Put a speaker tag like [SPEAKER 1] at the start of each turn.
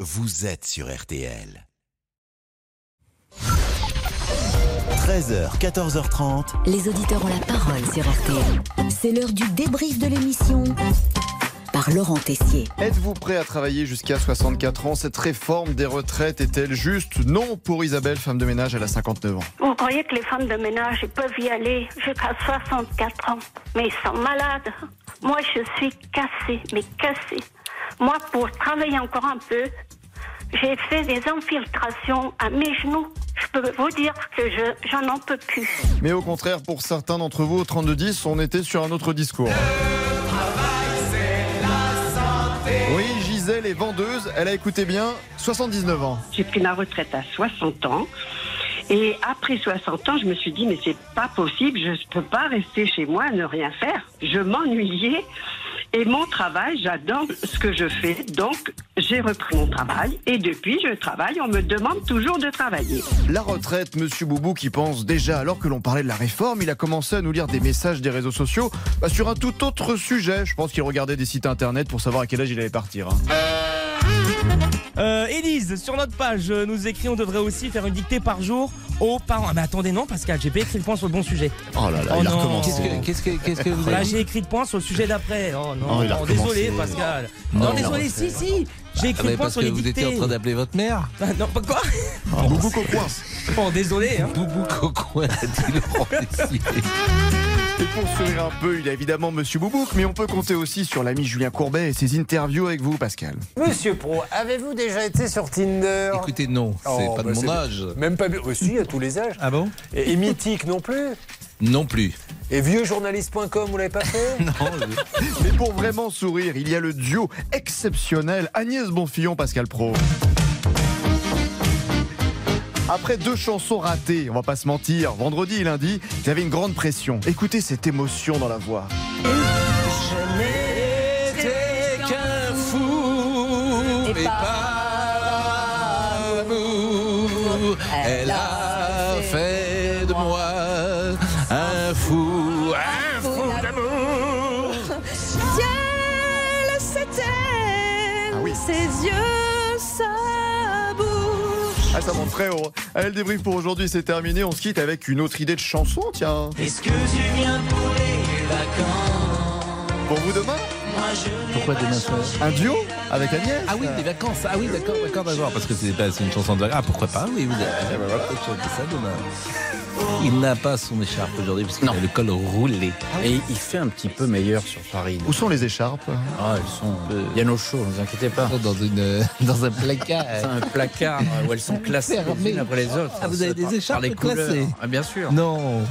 [SPEAKER 1] vous êtes sur RTL. 13h, 14h30.
[SPEAKER 2] Les auditeurs ont la parole sur RTL. C'est l'heure du débrief de l'émission par Laurent Tessier.
[SPEAKER 3] Êtes-vous prêt à travailler jusqu'à 64 ans Cette réforme des retraites est-elle juste Non pour Isabelle, femme de ménage, elle a 59 ans.
[SPEAKER 4] Vous croyez que les femmes de ménage elles peuvent y aller jusqu'à 64 ans Mais ils sont malades. Moi, je suis cassée, mais cassée. Moi, pour travailler encore un peu, j'ai fait des infiltrations à mes genoux. Je peux vous dire que je, j'en en peux plus.
[SPEAKER 3] Mais au contraire, pour certains d'entre vous, au 32-10, on était sur un autre discours. Oui, Gisèle est vendeuse, elle a écouté bien, 79 ans.
[SPEAKER 5] J'ai pris ma retraite à 60 ans. Et après 60 ans, je me suis dit, mais c'est pas possible, je ne peux pas rester chez moi, ne rien faire. Je m'ennuyais et mon travail, j'adore ce que je fais. Donc, j'ai repris mon travail et depuis, je travaille. On me demande toujours de travailler.
[SPEAKER 3] La retraite, monsieur Boubou qui pense déjà, alors que l'on parlait de la réforme, il a commencé à nous lire des messages des réseaux sociaux bah, sur un tout autre sujet. Je pense qu'il regardait des sites internet pour savoir à quel âge il allait partir. hein.
[SPEAKER 6] Euh, Élise, sur notre page, euh, nous écrit on devrait aussi faire une dictée par jour aux parents. Ah, mais attendez, non, Pascal, j'ai pas écrit le point sur le bon sujet.
[SPEAKER 7] Oh là là,
[SPEAKER 6] Oh
[SPEAKER 7] il a
[SPEAKER 6] non.
[SPEAKER 7] recommencé.
[SPEAKER 6] Qu'est-ce que-
[SPEAKER 8] Qu'est-ce que, qu'est-ce que vous
[SPEAKER 6] Là,
[SPEAKER 8] avez dit
[SPEAKER 6] j'ai écrit le point sur le sujet d'après. Oh non,
[SPEAKER 7] Oh, il a
[SPEAKER 6] non,
[SPEAKER 7] recommencé. Oh,
[SPEAKER 6] désolé, Pascal.
[SPEAKER 8] Non,
[SPEAKER 6] Non,
[SPEAKER 8] il a
[SPEAKER 6] désolé, si, si. J'ai
[SPEAKER 8] Ah,
[SPEAKER 6] écrit
[SPEAKER 8] mais
[SPEAKER 6] le point
[SPEAKER 8] Parce
[SPEAKER 6] sur
[SPEAKER 8] que
[SPEAKER 6] les
[SPEAKER 8] vous
[SPEAKER 6] dictées.
[SPEAKER 8] étiez en train d'appeler votre mère
[SPEAKER 6] Ah, non, pas quoi
[SPEAKER 3] Boubou qu'on coince.
[SPEAKER 6] Bon, désolé. Hein.
[SPEAKER 8] Boubou Coco a dit Laurent Tessier.
[SPEAKER 3] Et pour sourire un peu, il y a évidemment Monsieur Boubouk, mais on peut compter aussi sur l'ami Julien Courbet et ses interviews avec vous, Pascal.
[SPEAKER 9] Monsieur Pro, avez-vous déjà été sur Tinder
[SPEAKER 8] Écoutez, non, c'est
[SPEAKER 9] Oh,
[SPEAKER 8] pas de
[SPEAKER 9] bah,
[SPEAKER 8] mon âge.
[SPEAKER 9] Même pas. Aussi, à tous les âges.
[SPEAKER 8] Ah bon
[SPEAKER 9] Et, et mythique non plus.
[SPEAKER 8] Non plus.
[SPEAKER 9] Et vieuxjournaliste.com, vous l'avez pas fait
[SPEAKER 8] Non, je-
[SPEAKER 3] Mais pour vraiment sourire, il y a le duo exceptionnel Agnès Bonfillon, Pascal Pro. Après deux chansons ratées, on va pas se mentir, vendredi et lundi, il y avait une grande pression. Écoutez cette émotion dans la voix.
[SPEAKER 8] T'es qu'un fou, mais par amour, elle a fait de moi un fou, un fou d'amour.
[SPEAKER 10] Ciel, c'est elle,
[SPEAKER 3] Ah oui.
[SPEAKER 10] ses yeux, sa bouche.
[SPEAKER 3] Ah, ça monte très haut. Allez, le débrief pour aujourd'hui, c'est terminé. On se quitte avec une autre idée de chanson, tiens.
[SPEAKER 11] Est-ce que tu viens pour les vacances
[SPEAKER 3] Pour vous demain,
[SPEAKER 11] Moi je n'ai
[SPEAKER 8] Pourquoi
[SPEAKER 11] pas
[SPEAKER 8] demain soir
[SPEAKER 11] changé.
[SPEAKER 3] un duo avec Agnès.
[SPEAKER 8] Ah oui, des vacances. Ah oui, d'accord, d'accord, d'accord. Parce que c'est pas- c'est une chanson de vacances. Ah pourquoi pas Oui, vous avez vous chantez ça demain. Il n'a pas son écharpe aujourd'hui parce qu'il a le col roulé.
[SPEAKER 7] Et Ah, il fait un petit peu meilleur sur Paris.
[SPEAKER 3] Où sont les écharpes
[SPEAKER 7] Ah, elles sont bien au chaud, ne vous inquiétez pas.
[SPEAKER 8] Dans, une, euh, dans un placard.
[SPEAKER 7] C'est un placard euh, où elles sont classées les
[SPEAKER 8] Fermé.
[SPEAKER 7] unes après les autres.
[SPEAKER 8] Ah, vous avez des
[SPEAKER 7] Par- par
[SPEAKER 8] écharpes
[SPEAKER 7] les couleurs.
[SPEAKER 8] classées
[SPEAKER 7] Ah, Bien sûr.
[SPEAKER 8] Non.